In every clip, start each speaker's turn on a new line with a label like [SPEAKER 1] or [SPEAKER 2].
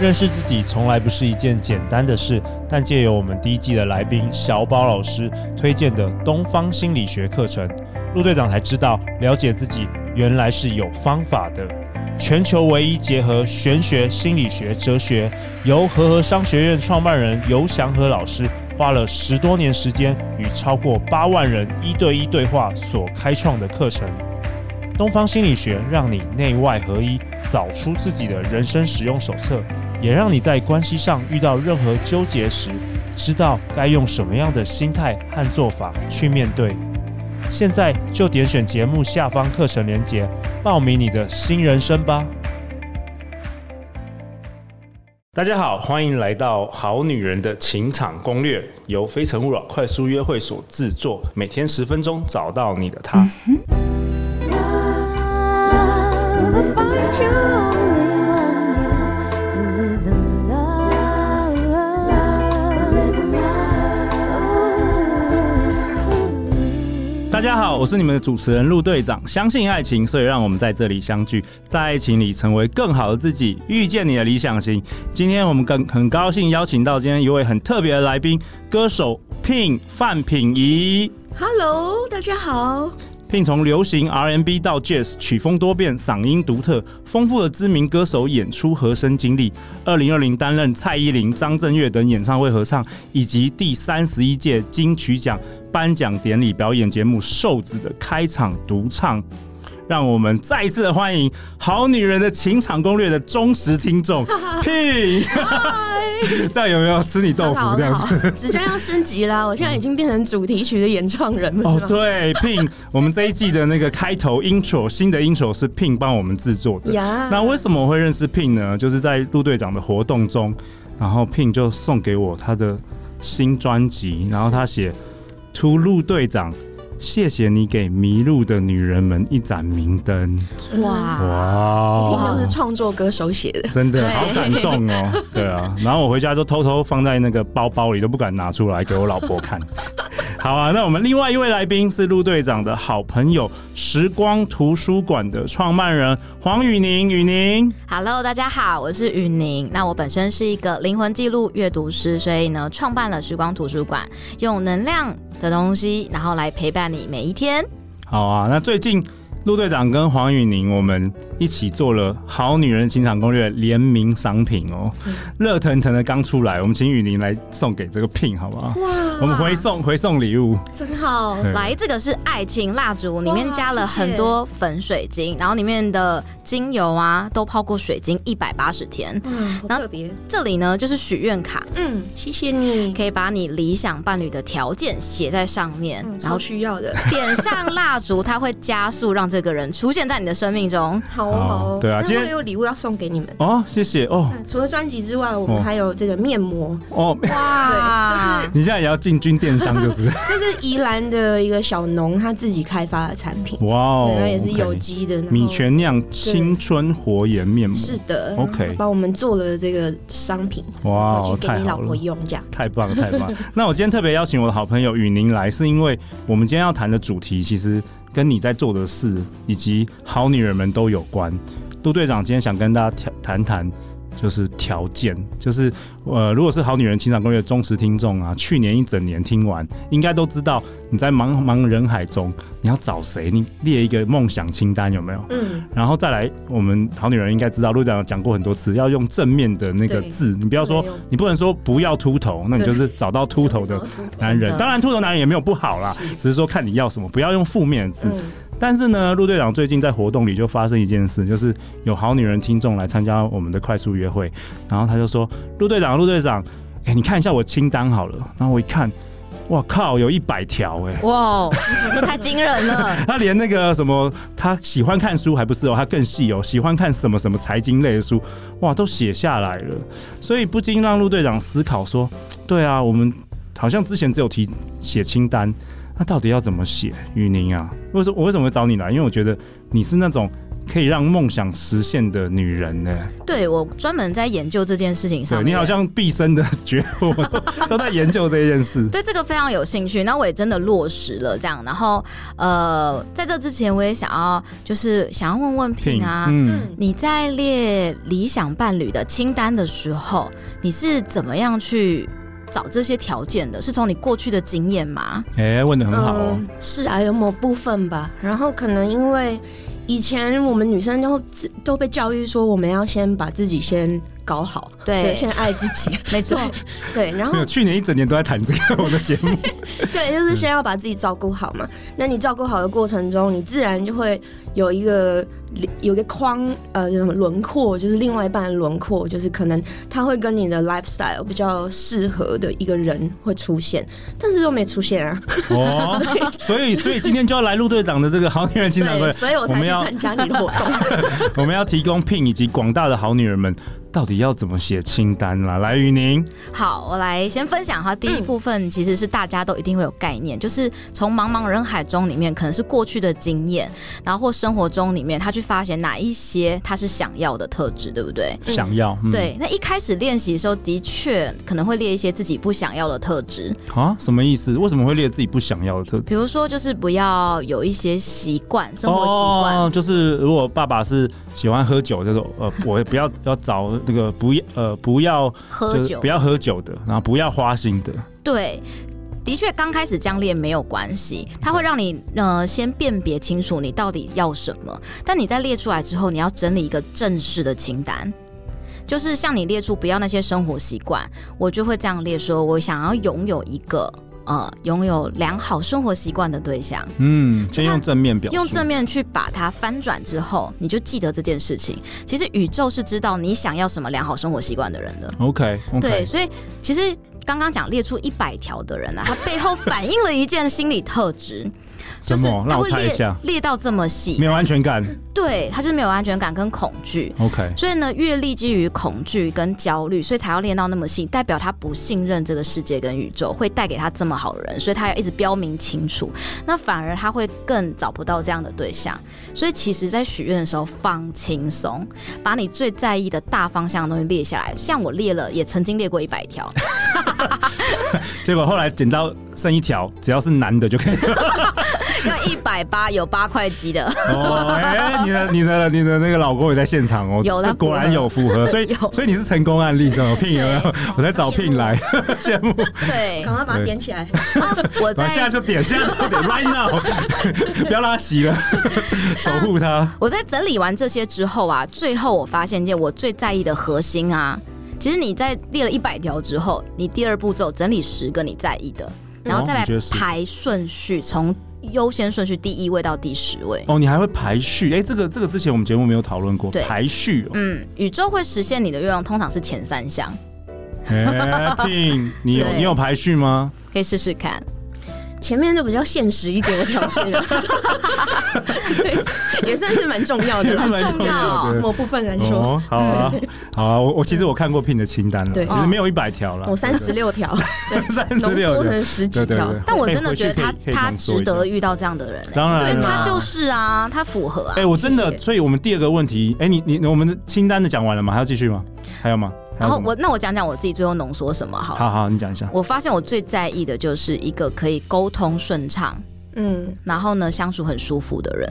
[SPEAKER 1] 认识自己从来不是一件简单的事，但借由我们第一季的来宾小宝老师推荐的东方心理学课程，陆队长才知道，了解自己原来是有方法的。全球唯一结合玄学、心理学、哲学，由和和商学院创办人游祥和老师花了十多年时间与超过八万人一对一对话所开创的课程。东方心理学让你内外合一，找出自己的人生使用手册，也让你在关系上遇到任何纠结时，知道该用什么样的心态和做法去面对。现在就点选节目下方课程连结，报名你的新人生吧。大家好，欢迎来到《好女人的情场攻略》，由非诚勿扰快速约会所制作，每天十分钟，找到你的他。
[SPEAKER 2] Love, if I truly want you, live in love, live in love.
[SPEAKER 3] 大家好，我是你们的主持人陆队长。相信爱情，所以让我们在这里相聚，在爱情里成为更好的自己，遇见你的理想型。今天我们更很高兴邀请到今天一位很特别的来宾，歌手 Pin 范品仪。
[SPEAKER 4] Hello，大家好。
[SPEAKER 3] Pin 从流行 R&B 到 Jazz，曲风多变，嗓音独特，丰富的知名歌手演出和声经历。二零二零担任蔡依林、张震岳等演唱会合唱，以及第三十一届金曲奖颁奖典礼表演节目《瘦子》的开场独唱。让我们再一次的欢迎《好女人的情场攻略》的忠实听众 Pin，这样有没有吃你豆腐这样子？
[SPEAKER 4] 子，只要要升级啦！我现在已经变成主题曲的演唱人 了，
[SPEAKER 3] 哦
[SPEAKER 4] 是，吗？
[SPEAKER 3] 对 ，Pin，我们这一季的那个开头 intro 新的 intro 是 Pin 帮我们制作的。
[SPEAKER 4] 呀
[SPEAKER 3] 那为什么我会认识 Pin 呢？就是在陆队长的活动中，然后 Pin 就送给我他的新专辑，然后他写“图陆队长”。谢谢你给迷路的女人们一盏明灯，
[SPEAKER 4] 哇，一听
[SPEAKER 3] 哇
[SPEAKER 4] 就是，创作歌手写的。
[SPEAKER 3] 真的
[SPEAKER 4] 对
[SPEAKER 3] 好感动 哦！对啊，然后我回家就偷偷放在那个包包里，都不敢拿出来给我老婆 看。好啊，那我们另外一位来宾是陆队长的好朋友，时光图书馆的创办人黄宇宁。宇宁，
[SPEAKER 5] Hello，大家好，我是雨宁。那我本身是一个灵魂记录阅读师，所以呢，创办了时光图书馆，用能量的东西，然后来陪伴你每一天。
[SPEAKER 3] 好啊，那最近陆队长跟黄宇宁我们一起做了《好女人情场攻略》联名商品哦，
[SPEAKER 4] 嗯
[SPEAKER 3] 热腾腾的刚出来，我们请宇宁来送给这个 pin 好不好？
[SPEAKER 4] 哇
[SPEAKER 3] 我们回送回送礼物，
[SPEAKER 4] 真好，
[SPEAKER 3] 对
[SPEAKER 5] 来，这个是爱情蜡烛，里面加了很多粉水晶，然后里面的精油啊都泡过水晶一百八十天。
[SPEAKER 4] 嗯，好
[SPEAKER 5] 然后
[SPEAKER 4] 特别。
[SPEAKER 5] 这里呢就是许愿卡，
[SPEAKER 4] 嗯，谢谢你，
[SPEAKER 5] 可以把你理想伴侣的条件写在上面，
[SPEAKER 4] 嗯，
[SPEAKER 5] 然后
[SPEAKER 4] 超需要的，
[SPEAKER 5] 点上蜡烛，它会加速让这个人出现在你的生命中。
[SPEAKER 4] 好哦
[SPEAKER 3] 好
[SPEAKER 4] 好哦。
[SPEAKER 3] 对啊
[SPEAKER 4] 那
[SPEAKER 3] 今
[SPEAKER 4] 我
[SPEAKER 3] 天
[SPEAKER 4] 有礼物要送给你们。
[SPEAKER 3] 哦，谢谢哦
[SPEAKER 4] 嗯除了专辑之外，我
[SPEAKER 3] 哦
[SPEAKER 4] 们还有这个面膜，
[SPEAKER 3] 哦，
[SPEAKER 4] 哇
[SPEAKER 5] 对，这是
[SPEAKER 3] 你现在也要进军电商就是
[SPEAKER 4] 这是宜兰的一个小农他自己开发的产品，
[SPEAKER 3] 哇哦
[SPEAKER 4] 对，它也是
[SPEAKER 3] OK
[SPEAKER 4] 有机的，然后
[SPEAKER 3] 米泉酿青春活颜面膜，
[SPEAKER 4] 是的
[SPEAKER 3] OK
[SPEAKER 4] 帮我们做了这个商品，
[SPEAKER 3] 哇
[SPEAKER 4] 然后
[SPEAKER 3] 哦，
[SPEAKER 4] 去给
[SPEAKER 3] 太
[SPEAKER 4] 你
[SPEAKER 3] 好
[SPEAKER 4] 老婆
[SPEAKER 3] 了。
[SPEAKER 4] 用，这样。
[SPEAKER 3] 太棒了，太棒了！那我今天特别邀请我的好朋友雨宁来，是因为我们今天要谈的主题，其实跟你在做的事以及好女人们都有关。陆队长今天想跟大家调谈谈，就是条件，就是呃，如果是好女人情场攻略的忠实听众啊，去年一整年听完，应该都知道你在茫茫人海中你要找谁，你列一个梦想清单有没有？
[SPEAKER 4] 嗯，
[SPEAKER 3] 然后再来，我们好女人应该知道，陆队长讲过很多次，要用正面的那个
[SPEAKER 4] 对
[SPEAKER 3] 字，你不要说
[SPEAKER 4] 对，
[SPEAKER 3] 你不能说不要秃头，那你就
[SPEAKER 4] 对
[SPEAKER 3] 是找到秃 头的男
[SPEAKER 5] 真
[SPEAKER 3] 人。
[SPEAKER 5] 的
[SPEAKER 3] 当然，秃头男人也没有不好啦，只是说看你要什么，不要用负面的字。
[SPEAKER 4] 嗯，
[SPEAKER 3] 但是呢，陆队长最近在活动里就发生一件事，就是有好女人听众来参加我们的快速约会，然后他就说：“陆队长，陆队长，哎、你看一下我清单好了。”然后我一看，哇靠，有一百条哎。
[SPEAKER 5] 哇哦，这太惊人 了！
[SPEAKER 3] 他连那个什么，他喜欢看书还不是哦，他更细哦，喜欢看什么什么财经类的书，哇，都写下来了。所以不禁让陆队长思考说，对啊，我们好像之前只有提写清单，那到底要怎么写？雨宁啊，为什么我为什么会找你来？因为我觉得你是那种可以让梦想实现的女人呢？
[SPEAKER 5] 对我专门在研究这件事情上
[SPEAKER 3] 对
[SPEAKER 5] 面，
[SPEAKER 3] 你好像毕生的觉悟 都在研究这件事。
[SPEAKER 5] 对这啊个非常有兴趣，那我也真的落实了这样。然后呃，在这之前我也想要就是想要问问平啊，
[SPEAKER 3] 嗯，
[SPEAKER 5] 你在列理想伴侣的清单的时候，你是怎么样去找这些条件的？是从你过去的经验吗？
[SPEAKER 3] 哎、问的很好哦。
[SPEAKER 4] 嗯，是啊，有某部分吧。然后可能因为以前我们女生都自都被教育说，我们要先把自己先搞好，
[SPEAKER 5] 对
[SPEAKER 4] 先爱自己，
[SPEAKER 5] 没错，
[SPEAKER 4] 对，然后
[SPEAKER 3] 没有，去年一整年都在谈这个我的节目，
[SPEAKER 4] 对，
[SPEAKER 3] 嗯
[SPEAKER 4] 就是先要把自己照顾好嘛。那你照顾好的过程中，你自然就会有一个有一个框，呃，这种轮廓，就是另外一半的轮廓，就是可能他会跟你的 lifestyle 比较适合的一个人会出现，但是都没出现啊。
[SPEAKER 3] 哦， 所以所以今天就要来陆队长的这个好女人情场攻略，
[SPEAKER 4] 所以我
[SPEAKER 3] 我
[SPEAKER 4] 才
[SPEAKER 3] 们
[SPEAKER 4] 去
[SPEAKER 3] 要
[SPEAKER 4] 参加你的 活动。
[SPEAKER 3] 我们要提供 Pin 以及广大的好女人们到底要怎么写清单啦？来，于宁，
[SPEAKER 5] 好，我来先分享哈。第一部分其实是大家都一定会有概念，就是从茫茫人海中里面，可能是过去的经验，然后或生活中里面，他去发现哪一些他是想要的特质，对不对？
[SPEAKER 3] 想要、嗯、
[SPEAKER 5] 对，那一开始练习的时候，的确可能会列一些自己不想要的特质，
[SPEAKER 3] 啊？什么意思？为什么会列自己不想要的特质？
[SPEAKER 5] 比如说就是不要有一些习惯，生活习惯。
[SPEAKER 3] 哦，就是如果爸爸是喜欢喝酒，就说呃， 我不要要找那个不要呃不要
[SPEAKER 5] 喝
[SPEAKER 3] 就是
[SPEAKER 5] 酒
[SPEAKER 3] 不，要喝酒的，然后不要花心的，
[SPEAKER 5] 对，的确刚开始这样练没有关系，它会让你呃先辨别清楚你到底要什么。但你在列出来之后，你要整理一个正式的清单。就是像你列出不要那些生活习惯，我就会这样列说，我想要拥有一个呃拥有良好生活习惯的对象，
[SPEAKER 3] 嗯，先用正面表述，
[SPEAKER 5] 用正面去把它翻转之后，你就记得这件事情。其实宇宙是知道你想要什么良好生活习惯的人的。
[SPEAKER 3] OK OK，
[SPEAKER 5] 对，所以其实刚刚讲列出一百条 的人啊，他背后反映了一件心理特质，
[SPEAKER 3] 什
[SPEAKER 5] 就是
[SPEAKER 3] 么？
[SPEAKER 5] 他
[SPEAKER 3] 让我
[SPEAKER 5] 会
[SPEAKER 3] 猜一
[SPEAKER 5] 列
[SPEAKER 3] 下，
[SPEAKER 5] 列到这么
[SPEAKER 3] 没
[SPEAKER 5] 细，
[SPEAKER 3] 有安全感
[SPEAKER 5] 对，他就是没有安全感跟恐惧。
[SPEAKER 3] ，OK，
[SPEAKER 5] 所以呢，越立基于恐惧跟焦虑，所以才要练到那么细，代表他不信任这个世界跟宇宙会带给他这么好人，所以他要一直标明清楚。那反而他会更找不到这样的对象。所以其实，在许愿的时候放轻松，把你最在意的大方向的东西列下来。像我列了，也曾经列过一百条，
[SPEAKER 3] 结果后来捡到剩一条，只要是男的就可以。
[SPEAKER 5] 要一百八有八块 肌的，
[SPEAKER 3] 哦，哎、你的、你的、你的那个老公也在现场哦，
[SPEAKER 5] 有
[SPEAKER 3] 这
[SPEAKER 5] 他
[SPEAKER 3] 果然
[SPEAKER 5] 符合
[SPEAKER 3] 有符合，所以
[SPEAKER 5] 有
[SPEAKER 3] 所以你是成功案例是吗？聘有没有
[SPEAKER 5] 对？
[SPEAKER 3] 我在找聘来，羡慕。
[SPEAKER 5] 对啊
[SPEAKER 4] 赶，快把它
[SPEAKER 3] 对
[SPEAKER 4] 点起来。
[SPEAKER 5] 我
[SPEAKER 3] 然后现在
[SPEAKER 5] 在
[SPEAKER 3] 就点，现在就点 right now，不要 让他洗了，守护他。
[SPEAKER 5] 我在整理完这些之后啊，最后我发现一件我最在意的核心啊，其实你在列了一百条之后，你第二步骤整理十个你在意的，然后再
[SPEAKER 3] 哦
[SPEAKER 5] 来
[SPEAKER 3] 你觉得是
[SPEAKER 5] 排顺序，从优先顺序第一位到第十位。
[SPEAKER 3] 哦，你还会排序？哎、这个这个之前我们节目没有讨论过
[SPEAKER 5] 对
[SPEAKER 3] 排序哦。
[SPEAKER 5] 嗯，宇宙会实现你的愿望，通常是前三项，
[SPEAKER 3] 哎、聘，你有
[SPEAKER 5] 嗯对
[SPEAKER 3] 你有排序吗？
[SPEAKER 5] 可以试试看。
[SPEAKER 4] 前面都比较现实一点的条 件啊，对，也算是蛮重要的啦，
[SPEAKER 3] 蛮重
[SPEAKER 5] 要
[SPEAKER 3] 的
[SPEAKER 4] 某部分来说，
[SPEAKER 3] 哦，好啊，
[SPEAKER 5] 嗯
[SPEAKER 3] 好啊，我我其实我看过聘的清单了，
[SPEAKER 4] 对
[SPEAKER 3] 其实没有一百条了，
[SPEAKER 5] 哦
[SPEAKER 4] 我三十六条，
[SPEAKER 3] 三十
[SPEAKER 4] 浓
[SPEAKER 3] 六
[SPEAKER 4] 缩
[SPEAKER 3] 条。
[SPEAKER 4] 成十几
[SPEAKER 3] 对对
[SPEAKER 4] 条。
[SPEAKER 3] 对，
[SPEAKER 5] 但我真
[SPEAKER 3] 哎
[SPEAKER 5] 的
[SPEAKER 3] 回去
[SPEAKER 5] 觉得他
[SPEAKER 3] 可以可以
[SPEAKER 5] 他
[SPEAKER 3] 浓缩
[SPEAKER 5] 值
[SPEAKER 3] 一下
[SPEAKER 5] 得遇到这样的人、欸，
[SPEAKER 3] 当然
[SPEAKER 4] 对
[SPEAKER 3] 啦，
[SPEAKER 5] 他就是啊，他符合啊。
[SPEAKER 3] 哎、我真的，
[SPEAKER 5] 谢谢
[SPEAKER 3] 所以我们第二个问题，哎、你你我们的清单的讲完了吗？还要继续吗？还有吗？还
[SPEAKER 5] 然
[SPEAKER 3] 有
[SPEAKER 5] 后
[SPEAKER 3] 什么
[SPEAKER 5] 我那我讲讲我自己最后浓缩什么好了
[SPEAKER 3] 好好，你讲一下。
[SPEAKER 5] 我发现我最在意的就是一个可以沟通顺畅，
[SPEAKER 4] 嗯，
[SPEAKER 5] 然后呢相处很舒服的人。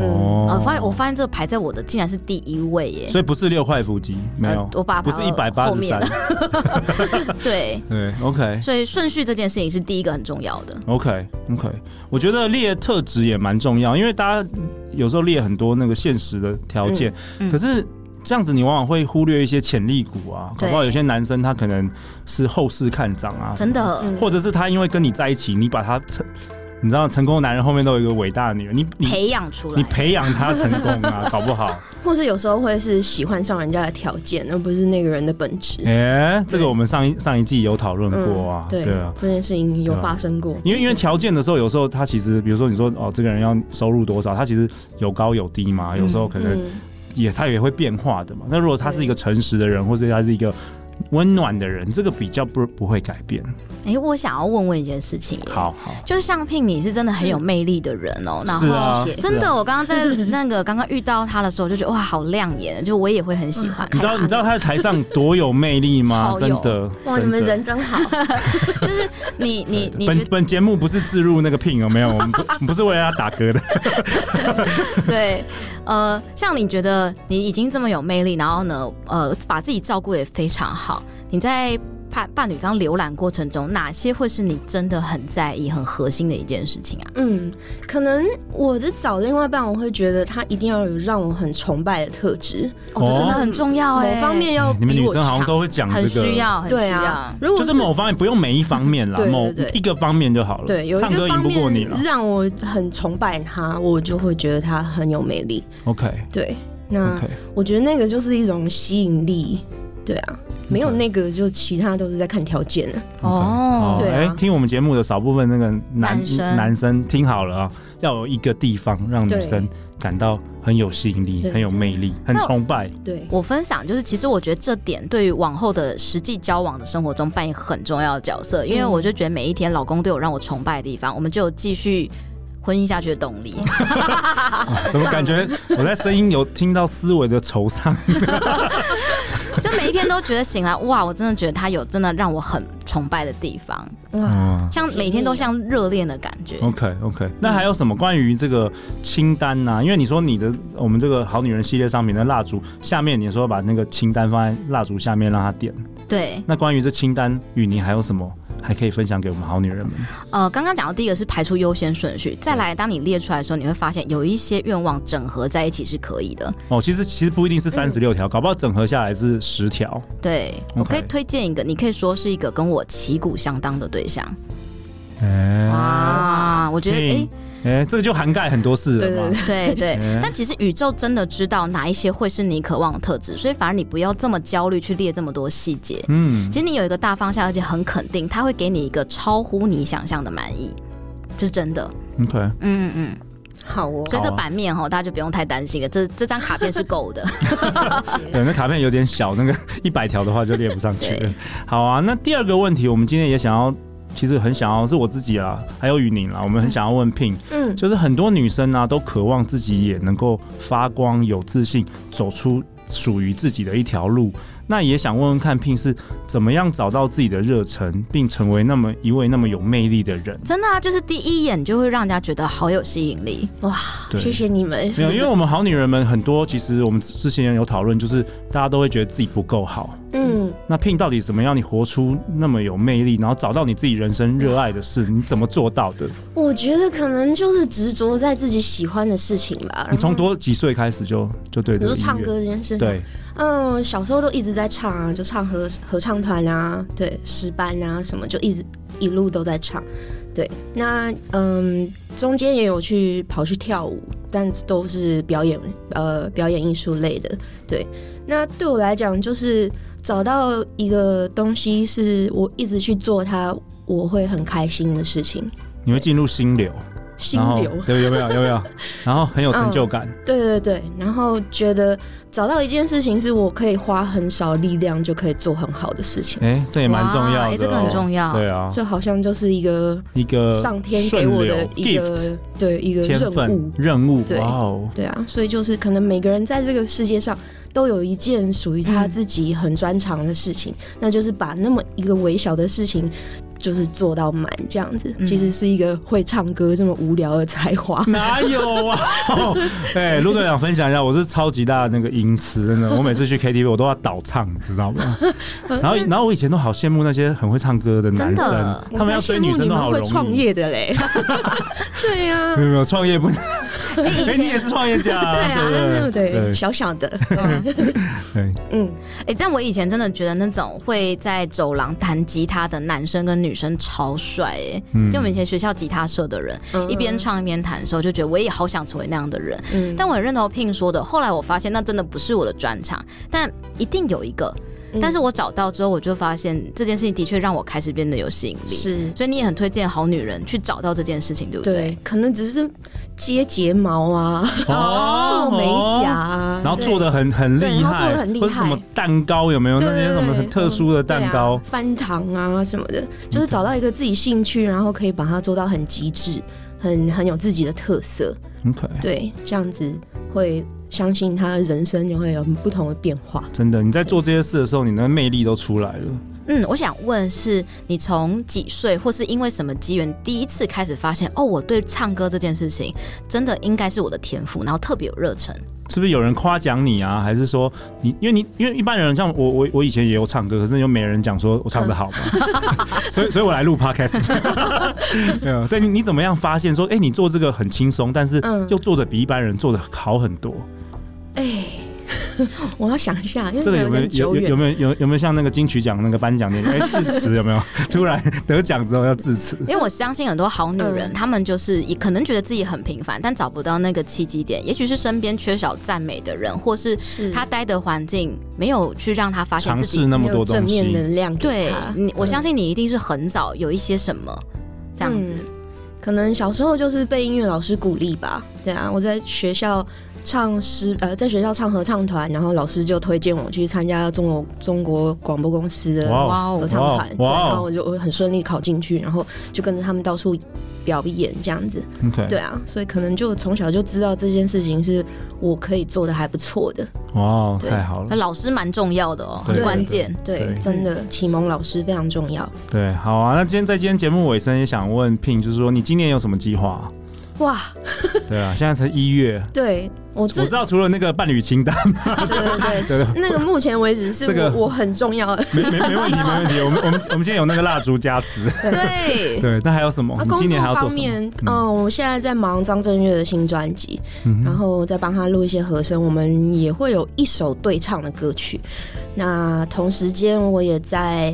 [SPEAKER 3] 哦
[SPEAKER 5] 啊，我发现我发现这个排在我的竟然是第一位耶。
[SPEAKER 3] 所以不是六块腹肌，没有，
[SPEAKER 5] 呃我把它
[SPEAKER 3] 不
[SPEAKER 5] 排
[SPEAKER 3] 是
[SPEAKER 5] 到
[SPEAKER 3] 一百八
[SPEAKER 5] 后
[SPEAKER 3] 十
[SPEAKER 5] 面
[SPEAKER 3] 三，
[SPEAKER 5] 对，
[SPEAKER 3] 对，OK。
[SPEAKER 5] 所以顺序这件事情是第一个很重要的。
[SPEAKER 3] OK OK，我觉得列特质也蛮重要，因为大家有时候列很多那个现实的条件，
[SPEAKER 5] 嗯嗯
[SPEAKER 3] 可是这样子你往往会忽略一些潜力股啊，搞
[SPEAKER 5] 对
[SPEAKER 3] 不好有些男生他可能是后市看涨啊，
[SPEAKER 5] 真的，
[SPEAKER 4] 嗯
[SPEAKER 3] 或者是他因为跟你在一起，你把他成，你知道成功的男人后面都有一个伟大的女人，你你
[SPEAKER 5] 培养出
[SPEAKER 3] 你
[SPEAKER 5] 来。
[SPEAKER 3] 培养他成功啊，搞不 好。
[SPEAKER 4] 或是有时候会是喜欢上人家的条件，而不是那个人的本质。
[SPEAKER 3] 哎、这个我们上一上一季有讨论
[SPEAKER 4] 嗯
[SPEAKER 3] 过啊，
[SPEAKER 4] 对
[SPEAKER 3] 啊。
[SPEAKER 4] 这件事情有发生过。
[SPEAKER 3] 因为因为条件的时候，有时候他其实，比如说你说哦，这个人要收入多少，他其实有高有低嘛，有时候可能
[SPEAKER 4] 嗯，
[SPEAKER 3] 也他也会变化的嘛。那如果他是一个诚实的人，或者他是一个温暖的人，这个比较不不会改变。
[SPEAKER 5] 哎、我想要问问一件事情耶，
[SPEAKER 3] 好好，
[SPEAKER 5] 就是像聘，你是真的很有魅力的人哦、然
[SPEAKER 3] 是
[SPEAKER 5] 后
[SPEAKER 3] 啊，
[SPEAKER 4] 谢谢
[SPEAKER 5] 真的，我刚刚在那个刚刚遇到他的时候，我就觉得哇，好亮眼，就我也会很喜 欢
[SPEAKER 3] 你
[SPEAKER 5] 看
[SPEAKER 3] 知
[SPEAKER 5] 他。
[SPEAKER 3] 道你知道他在台上多有魅力吗？
[SPEAKER 5] 超
[SPEAKER 3] 真
[SPEAKER 5] 有
[SPEAKER 3] 的，
[SPEAKER 4] 哇，你
[SPEAKER 3] 真
[SPEAKER 4] 们
[SPEAKER 3] 的
[SPEAKER 4] 人真好，
[SPEAKER 5] 就是你你你
[SPEAKER 3] 本
[SPEAKER 5] 觉得
[SPEAKER 3] 本节目不是置入那个聘有没有？我们不我们不是为了他打歌 的。
[SPEAKER 5] 对，呃，像你觉得你已经这么有魅力，然后呢，呃，把自己照顾得也非常好，你在伴伴侣刚浏览过程中，哪些会是你真的很在意、很核心的一件事情啊？
[SPEAKER 4] 嗯，可能我的找另外一半，我会觉得他一定要有让我很崇拜的特质，
[SPEAKER 5] 哦，这真的很重要哎、
[SPEAKER 4] 某方面要
[SPEAKER 3] 嗯你们
[SPEAKER 4] 比
[SPEAKER 3] 女
[SPEAKER 4] 我啊
[SPEAKER 3] 生好
[SPEAKER 4] 强
[SPEAKER 3] 像。都会讲这
[SPEAKER 5] 很
[SPEAKER 3] 个，
[SPEAKER 5] 需要，很需要。
[SPEAKER 4] 对啊，如果
[SPEAKER 3] 就是某方面不用每一方面啦，
[SPEAKER 4] 对对
[SPEAKER 3] 某
[SPEAKER 4] 对
[SPEAKER 3] 一个方面就好了。
[SPEAKER 4] 对有一
[SPEAKER 3] 唱歌
[SPEAKER 4] 个
[SPEAKER 3] 赢
[SPEAKER 4] 方
[SPEAKER 3] 不过你啊
[SPEAKER 4] 面
[SPEAKER 3] 了。
[SPEAKER 4] 让我很崇拜他，我就会觉得他很有魅力。
[SPEAKER 3] OK
[SPEAKER 4] 对，那
[SPEAKER 3] OK，
[SPEAKER 4] 我觉得那个就是一种吸引力。对啊，没有那个就其他都是在看条件啊了。
[SPEAKER 5] 哦，
[SPEAKER 4] 对啊
[SPEAKER 3] 哎，听我们节目的少部分那个男
[SPEAKER 5] 男生
[SPEAKER 3] 男生听好了啊，要有一个地方让女
[SPEAKER 4] 对
[SPEAKER 3] 生感到很有吸引力、
[SPEAKER 4] 对
[SPEAKER 3] 很有魅力、很
[SPEAKER 5] 那
[SPEAKER 3] 崇拜。
[SPEAKER 4] 对，
[SPEAKER 5] 我分享就是，其实我觉得这点对于往后的实际交往的生活中扮演很重要的角色，因为
[SPEAKER 4] 嗯
[SPEAKER 5] 我就觉得每一天老公都有让我崇拜的地方，我们就有继续婚姻下去的动力。
[SPEAKER 4] 啊
[SPEAKER 3] 哦怎么感觉 我在声音有听到思维的惆怅？
[SPEAKER 5] 就每一天都觉得醒来，哇，我真的觉得他有真的让我很崇拜的地方，
[SPEAKER 3] 嗯
[SPEAKER 4] 哇，
[SPEAKER 5] 像每天都像热恋的感觉。
[SPEAKER 3] OK OK，那还有什么关于这个清单呢、因为你说你的我们这个好女人系列商品的蜡烛下面，你说把那个清单放在蜡烛下面让它点。
[SPEAKER 5] 对，
[SPEAKER 3] 那关于这清单，雨宁还有什么还可以分享给我们好女人们？
[SPEAKER 5] 呃，刚刚讲到第一个是排出优先顺序，再来，当你列出来的时候，你会发现有一些愿望整合在一起是可以的。
[SPEAKER 3] 哦，其实其实不一定是三十六条，搞不好整合下来是十条。
[SPEAKER 5] 对我可以
[SPEAKER 3] OK
[SPEAKER 5] 推荐一个，你可以说是一个跟我旗鼓相当的对象。
[SPEAKER 3] 哎、
[SPEAKER 5] 哇，我觉得哎。
[SPEAKER 3] 嗯哎、这个就涵盖很多事了嘛。
[SPEAKER 4] 对对对，
[SPEAKER 5] 对对
[SPEAKER 3] 嗯，
[SPEAKER 5] 但其实宇宙真的知道哪一些会是你渴望的特质，所以反而你不要这么焦虑去列这么多细节。
[SPEAKER 3] 嗯，
[SPEAKER 5] 其实你有一个大方向，而且很肯定，它会给你一个超乎你想象的满意，这是真的。
[SPEAKER 3] OK，
[SPEAKER 5] 嗯嗯
[SPEAKER 4] 好哦
[SPEAKER 5] 嗯，，所以这版面哈，大家就不用太担心了，这这张卡片是够的。
[SPEAKER 3] 对，那卡片有点小，那个 一百条的话就列不上去了
[SPEAKER 5] 对。
[SPEAKER 3] 好啊，那第二个问题，我们今天也想要，其实很想要，是我自己啦，还有雨宁啦，我们很想要问 Pin，、
[SPEAKER 4] 嗯，
[SPEAKER 3] 就是很多女生啊，都渴望自己也能够发光、有自信，走出属于自己的一条路。那也想问问看，Pin 是怎么样找到自己的热忱，并成为那么一位那么有魅力的人？
[SPEAKER 5] 真的啊，就是第一眼就会让人家觉得好有吸引力。
[SPEAKER 3] 对
[SPEAKER 4] 谢谢你们。
[SPEAKER 3] 没有，因为我们好女人们很多，其实我们之前有讨论，就是大家都会觉得自己不够好，
[SPEAKER 4] 嗯，
[SPEAKER 3] 那 Pin 到底怎么样？你活出那么有魅力，然后找到你自己人生热爱的 事，你怎么做到的？
[SPEAKER 4] 我觉得可能就是执着在自己喜欢的事情吧。
[SPEAKER 3] 你从
[SPEAKER 4] 然后
[SPEAKER 3] 多几岁开始就就对
[SPEAKER 4] 比
[SPEAKER 3] 这
[SPEAKER 4] 如
[SPEAKER 3] 个音
[SPEAKER 4] 说
[SPEAKER 3] 乐
[SPEAKER 4] 唱歌这件事，，
[SPEAKER 3] 对，
[SPEAKER 4] 嗯，小时候都一直在唱啊，就唱合合唱团啊，对，诗班啊什么，就一直一路都在唱。对，那嗯，中间也有去跑去跳舞，但都是表演呃表演艺术类的。对，那对我来讲，就是找到一个东西是我一直去做它，我会很开心的事情，
[SPEAKER 3] 你会进入心流，
[SPEAKER 4] 心
[SPEAKER 3] 然后
[SPEAKER 4] 流。
[SPEAKER 3] 对，有没 有？有没有？然后很有成就感，
[SPEAKER 4] 对对对，然后觉得找到一件事情是我可以花很少力量就可以做很好的事情，
[SPEAKER 3] 哎、这也蛮重要的、
[SPEAKER 5] 哇
[SPEAKER 3] 哦
[SPEAKER 5] 哎这个很重要。
[SPEAKER 3] 对啊，
[SPEAKER 4] 这好像就是一个
[SPEAKER 3] 一个
[SPEAKER 4] 上天给我的
[SPEAKER 3] 顺流
[SPEAKER 4] 一
[SPEAKER 3] gift
[SPEAKER 4] 个对一个
[SPEAKER 3] 天
[SPEAKER 4] 任务
[SPEAKER 3] 分。任务，
[SPEAKER 4] 对
[SPEAKER 3] 哇哦，，
[SPEAKER 4] 对啊，所以就是可能每个人在这个世界上都有一件属于他
[SPEAKER 5] 嗯
[SPEAKER 4] 自己很专长的事情，那就是把那么一个微小的事情就是做到满这样子。
[SPEAKER 5] 嗯
[SPEAKER 4] 其实是一个会唱歌这么无聊的才华
[SPEAKER 3] 哪有啊？哎，陆队长分享一下，我是超级大的那个音痴，真的，我每次去 KTV 我都要倒唱，你知道吗？ 然后，然后我以前都好羡慕那些很会唱歌的男
[SPEAKER 5] 真的
[SPEAKER 3] 生，
[SPEAKER 5] 我
[SPEAKER 3] 他们要追女
[SPEAKER 4] 我才羡慕
[SPEAKER 3] 生
[SPEAKER 4] 你
[SPEAKER 3] 都
[SPEAKER 4] 们
[SPEAKER 3] 好
[SPEAKER 4] 会
[SPEAKER 3] 容
[SPEAKER 4] 创
[SPEAKER 3] 易。哦
[SPEAKER 4] 业的嘞，对呀、
[SPEAKER 3] 没有没有，创业不能。
[SPEAKER 5] 哎以
[SPEAKER 3] 哎，你也
[SPEAKER 5] 前
[SPEAKER 3] 是创业家啊，
[SPEAKER 4] 对啊， 但是
[SPEAKER 3] 不对
[SPEAKER 4] 对
[SPEAKER 3] 对
[SPEAKER 4] 小小的，
[SPEAKER 3] 对，
[SPEAKER 4] 嗯，
[SPEAKER 5] 哎，但我以前真的觉得那种会在走廊弹吉他的男生跟女生超帅哎，
[SPEAKER 3] 嗯
[SPEAKER 5] 就我们以前学校吉他社的人
[SPEAKER 4] 嗯
[SPEAKER 5] 一边，唱一边弹的时候，就觉得我也好想成为那样的人。
[SPEAKER 4] 嗯
[SPEAKER 5] 但我很认同 Pin 说的，后来我发现那真的不是我的专长，但一定有一个。
[SPEAKER 4] 嗯
[SPEAKER 5] 但是我找到之后，我就发现这件事情的确让我开始变得有吸引力。
[SPEAKER 4] 是
[SPEAKER 5] 所以你也很推荐好女人去找到这件事情，对不对？
[SPEAKER 4] 对，可能只是接睫毛啊，
[SPEAKER 3] 哦
[SPEAKER 4] 做美甲啊，
[SPEAKER 3] 然后
[SPEAKER 4] 对
[SPEAKER 3] 做的很很
[SPEAKER 4] 对
[SPEAKER 3] 厉
[SPEAKER 4] 他做
[SPEAKER 3] 害，
[SPEAKER 4] 得很厉害
[SPEAKER 3] 或者什么蛋糕有没有？
[SPEAKER 4] 对
[SPEAKER 3] 那些什么很特殊的蛋糕
[SPEAKER 4] 对啊，翻糖啊什么的，就是找到一个自己兴趣，然后可以把它做到很极致，很很有自己的特色。
[SPEAKER 3] 很可爱。
[SPEAKER 4] 对，这样子会相信他的人生就会有不同的变化。
[SPEAKER 3] 真的，你在做这些事的时候，你的魅力都出来了。
[SPEAKER 5] 嗯，我想问是你从几岁，或是因为什么机缘，第一次开始发现哦，我对唱歌这件事情真的应该是我的天赋，然后特别有热 忱。
[SPEAKER 3] 是不是有人夸奖你啊？还是说你因为你因为一般人像我我我以前也有唱歌，可是又没人讲说我唱的好嘛， 所以所以我来录 podcast。没有对，你你怎么样发现说，哎、你做这个很轻松，但是
[SPEAKER 4] 嗯
[SPEAKER 3] 又做的比一般人做的好很多？
[SPEAKER 4] 哎， 我要想一下，因为
[SPEAKER 3] 这个有没有
[SPEAKER 4] 点久
[SPEAKER 3] 有有
[SPEAKER 4] 远
[SPEAKER 3] 有。没有有有没有像那个金曲奖那个颁奖典礼，哎、致辞有没有？突然得奖之后要致辞，
[SPEAKER 5] 因为我相信很多好女人，
[SPEAKER 4] 嗯
[SPEAKER 5] 她们就是也可能觉得自己很平凡，但找不到那个契机点，也许是身边缺少赞美的人，或是
[SPEAKER 4] 是
[SPEAKER 5] 她待的环境没有去让她发现
[SPEAKER 3] 尝
[SPEAKER 5] 自
[SPEAKER 3] 试
[SPEAKER 5] 己。
[SPEAKER 3] 那么
[SPEAKER 4] 没有
[SPEAKER 3] 多
[SPEAKER 4] 正
[SPEAKER 3] 东
[SPEAKER 4] 面
[SPEAKER 3] 西，
[SPEAKER 4] 能量给
[SPEAKER 5] 对
[SPEAKER 4] 他，
[SPEAKER 5] 你，我相信你一定是很早有一些什么这样子。
[SPEAKER 3] 嗯
[SPEAKER 4] 可能小时候就是被音乐老师鼓励吧。对啊，我在学校唱诗，呃，在学校唱合唱团，然后老师就推荐我去参加中国中国广播公司的
[SPEAKER 3] 哇哦
[SPEAKER 5] 哇
[SPEAKER 4] 合
[SPEAKER 5] 哦，
[SPEAKER 4] 唱
[SPEAKER 3] 哇哦
[SPEAKER 4] 团，对，
[SPEAKER 3] 哇哦
[SPEAKER 4] 然后我就我很顺利考进去，然后就跟着他们到处表演这样子。
[SPEAKER 3] 嗯对
[SPEAKER 4] 对啊，所以可能就从小就知道这件事情是我可以做的还不错的。
[SPEAKER 3] 哇，
[SPEAKER 4] 对
[SPEAKER 3] 太好了。
[SPEAKER 5] 老师蛮重要的哦，
[SPEAKER 3] 对
[SPEAKER 5] 很关键。
[SPEAKER 4] 对，
[SPEAKER 3] 对
[SPEAKER 4] 真的启蒙老师非常重要。
[SPEAKER 3] 对，好啊。那今天在今天节目尾声，也想问 Pin，就是说你今年有什么计划啊、
[SPEAKER 4] 哇，
[SPEAKER 3] 对啊，现在才一月，
[SPEAKER 4] 对我
[SPEAKER 3] 我
[SPEAKER 4] 最
[SPEAKER 3] 知道除了那个伴侣清 单，
[SPEAKER 4] 对对
[SPEAKER 3] 对
[SPEAKER 4] 对，那个目前为止是
[SPEAKER 3] 这个
[SPEAKER 4] 我我很重要的。
[SPEAKER 3] 没没没问题，没问题。我们我们我们今天有那个蜡烛加持，
[SPEAKER 5] 对，
[SPEAKER 3] 对。那还有什么？
[SPEAKER 4] 啊，
[SPEAKER 3] 哦你
[SPEAKER 4] 工
[SPEAKER 3] 今
[SPEAKER 4] 作
[SPEAKER 3] 年还要做
[SPEAKER 4] 方
[SPEAKER 3] 什么？
[SPEAKER 4] 面，嗯，我现在在忙张震岳的新专辑，
[SPEAKER 3] 嗯
[SPEAKER 4] 然
[SPEAKER 3] 哼，
[SPEAKER 4] 后再帮他录一些和声，我们也会有一首对唱的歌曲。那同时间，我也在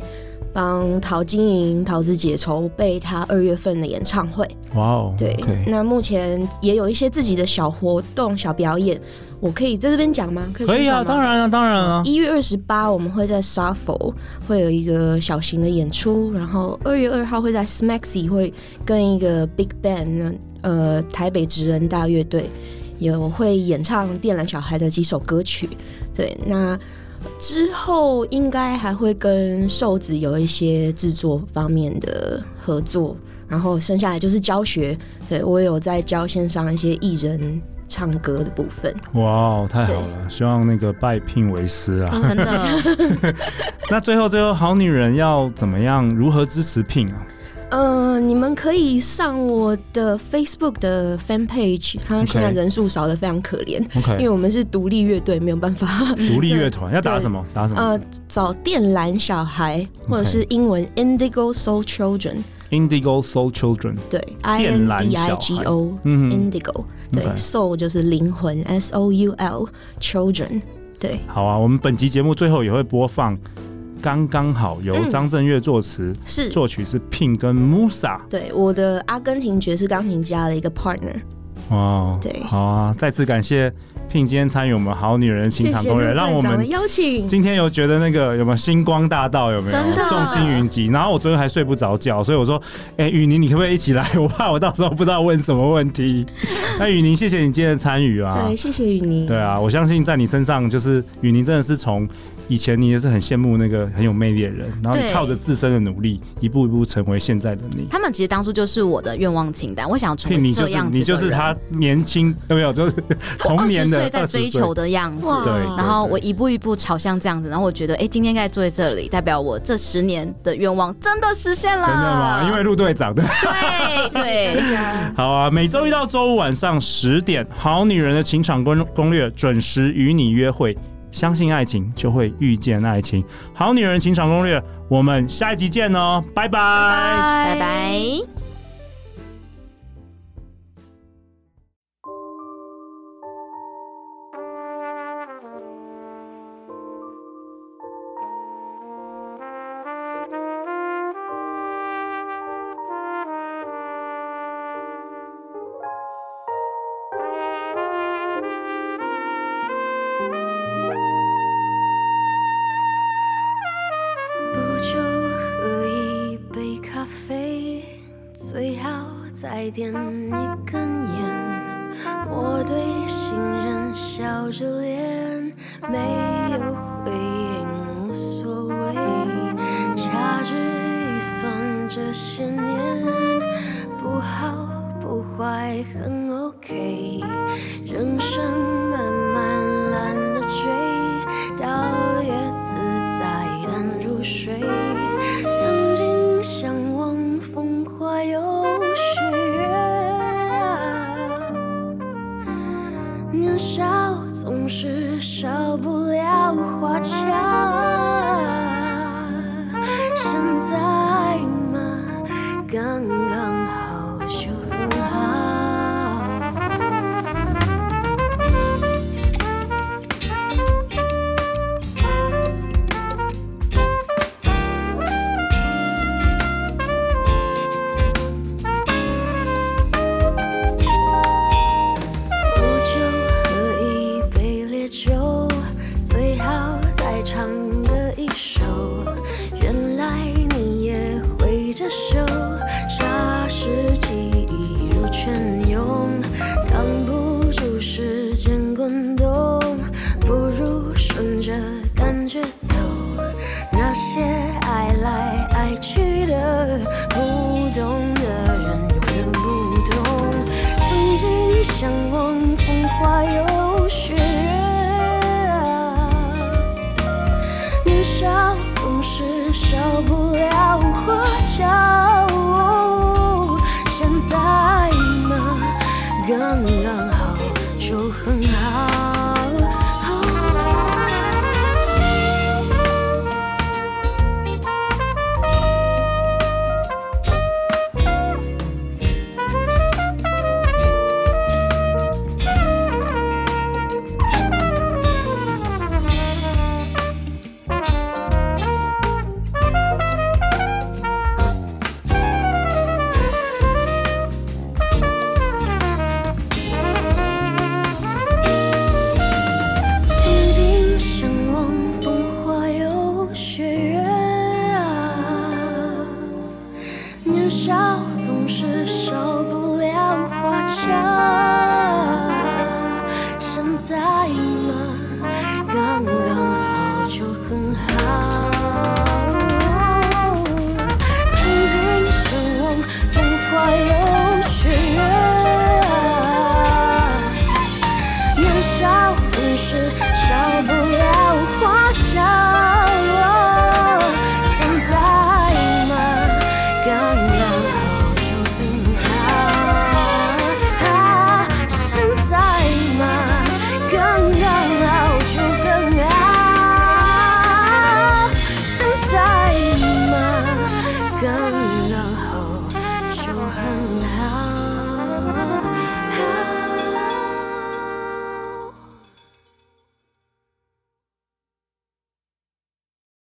[SPEAKER 4] 帮陶晶莹、桃子姐筹备她二月份的演唱会。
[SPEAKER 3] 哇哦，
[SPEAKER 4] 对嗯
[SPEAKER 3] OK
[SPEAKER 4] 那目前也有一些自己的小活动、小表演，我可以在这边讲吗？可以
[SPEAKER 3] 可以啊，
[SPEAKER 4] 宣传吗
[SPEAKER 3] 当然了，当然啊了。
[SPEAKER 4] 一月二十八，我们会在沙佛会有一个小型的演出，然后二月二号会在 Smaxy 会跟一个 Big Band 呃台北职人大乐队有会演唱《电缆小孩》的几首歌曲。对，那之后应该还会跟瘦子有一些制作方面的合作，然后剩下来就是教学。对我有在教线上一些艺人唱歌的部分。
[SPEAKER 3] 哇哦，太好了！希望那个拜 Pin 为师啊。
[SPEAKER 4] 嗯
[SPEAKER 5] 真的，
[SPEAKER 3] 那最后最后，好女人要怎么样？如何支持 Pin 啊？
[SPEAKER 4] 呃，你们可以上我的 Facebook 的 fan page，它
[SPEAKER 3] OK
[SPEAKER 4] 现在人数少的非常可怜
[SPEAKER 3] OK 嗯
[SPEAKER 4] 因为我们是独立乐队，没有办法。
[SPEAKER 3] 独立乐团要打
[SPEAKER 4] 对
[SPEAKER 3] 什么？打什么
[SPEAKER 4] 呃，找电缆小孩或者是英文 Indigo Soul Children，
[SPEAKER 3] ？Indigo Soul Children。
[SPEAKER 4] 对，I
[SPEAKER 3] 电
[SPEAKER 4] N
[SPEAKER 3] 缆
[SPEAKER 4] D
[SPEAKER 3] 小孩
[SPEAKER 4] I G O
[SPEAKER 3] 嗯哼，
[SPEAKER 4] Indigo，对
[SPEAKER 3] OK
[SPEAKER 4] ，Soul 就是灵魂，S O U L Children，对，
[SPEAKER 3] 好啊，我们本集节目最后也会播放《刚刚好》，由
[SPEAKER 4] 嗯
[SPEAKER 3] 张震岳作词，
[SPEAKER 4] 是。
[SPEAKER 3] 作曲是 Pin 跟 Musa。
[SPEAKER 4] 对，我的阿根廷爵士钢琴家的一个 partner，
[SPEAKER 3] 哦，
[SPEAKER 4] 对
[SPEAKER 3] 好啊，再次感谢 Pin 今天参与我们《好女人情
[SPEAKER 4] 谢
[SPEAKER 3] 场
[SPEAKER 4] 谢
[SPEAKER 3] 攻
[SPEAKER 4] 陆
[SPEAKER 3] 略》，让
[SPEAKER 4] 队
[SPEAKER 3] 我
[SPEAKER 4] 长的
[SPEAKER 3] 们
[SPEAKER 4] 邀请，
[SPEAKER 3] 今天有觉得那个有没有星光大道有没有
[SPEAKER 5] 真的
[SPEAKER 3] 众星云集？然后我昨天还睡不着觉，所以我说，哎、雨宁你可不可以一起来？我怕我到时候不知道问什么问 题。那雨宁，谢谢你今天的参与啊。
[SPEAKER 4] 对，谢谢雨妮，
[SPEAKER 3] 对啊，我相信在你身上，就是雨宁真的是从以前你也是很羡慕那个很有魅力的人，然后你
[SPEAKER 5] 对
[SPEAKER 3] 靠着自身的努力，一步一步成为现在的你。
[SPEAKER 5] 他们其实当初就是我的愿望清单，我想成
[SPEAKER 3] 聘
[SPEAKER 5] 为
[SPEAKER 3] 你就
[SPEAKER 5] 这
[SPEAKER 3] 是
[SPEAKER 5] 样子
[SPEAKER 3] 你就是他年轻 有没有？就是童年
[SPEAKER 5] 二
[SPEAKER 3] 的
[SPEAKER 5] 十岁在追求
[SPEAKER 3] 的，
[SPEAKER 5] 的样子。
[SPEAKER 4] 哇
[SPEAKER 3] 对。
[SPEAKER 4] 然
[SPEAKER 5] 然后我
[SPEAKER 3] 一
[SPEAKER 5] 一步一步朝向这样子，然后我觉得，哎，今天该坐在这里，代表我这十年的愿望真的实现了。
[SPEAKER 3] 真的吗？因为陆队长对。
[SPEAKER 5] 对对，
[SPEAKER 3] 好啊，每周一到周五晚上十点，《好女人的情场攻攻略》准时与你约会。相信爱情，就会遇见爱情。《好女人情场攻略》，我们下一集见哦，拜拜
[SPEAKER 5] 拜拜。
[SPEAKER 4] 再点一根烟。我对行人笑着脸，没有回应无所谓。掐指一算，这些年不好不坏很 OK。人生慢慢懒得追，倒也自在但入睡。曾经向往风花有雪月年少总是少不了花俏。啊现在嘛，刚刚好就很好。不久喝一杯烈酒，最好再唱歌一首。原来你也会这首，霎时记忆如泉涌，挡不住时间滚动，不如顺着感觉走。那些爱来爱去的，不懂的人永远不懂。曾经向往风花有雪啊月，年少总是少不了花俏。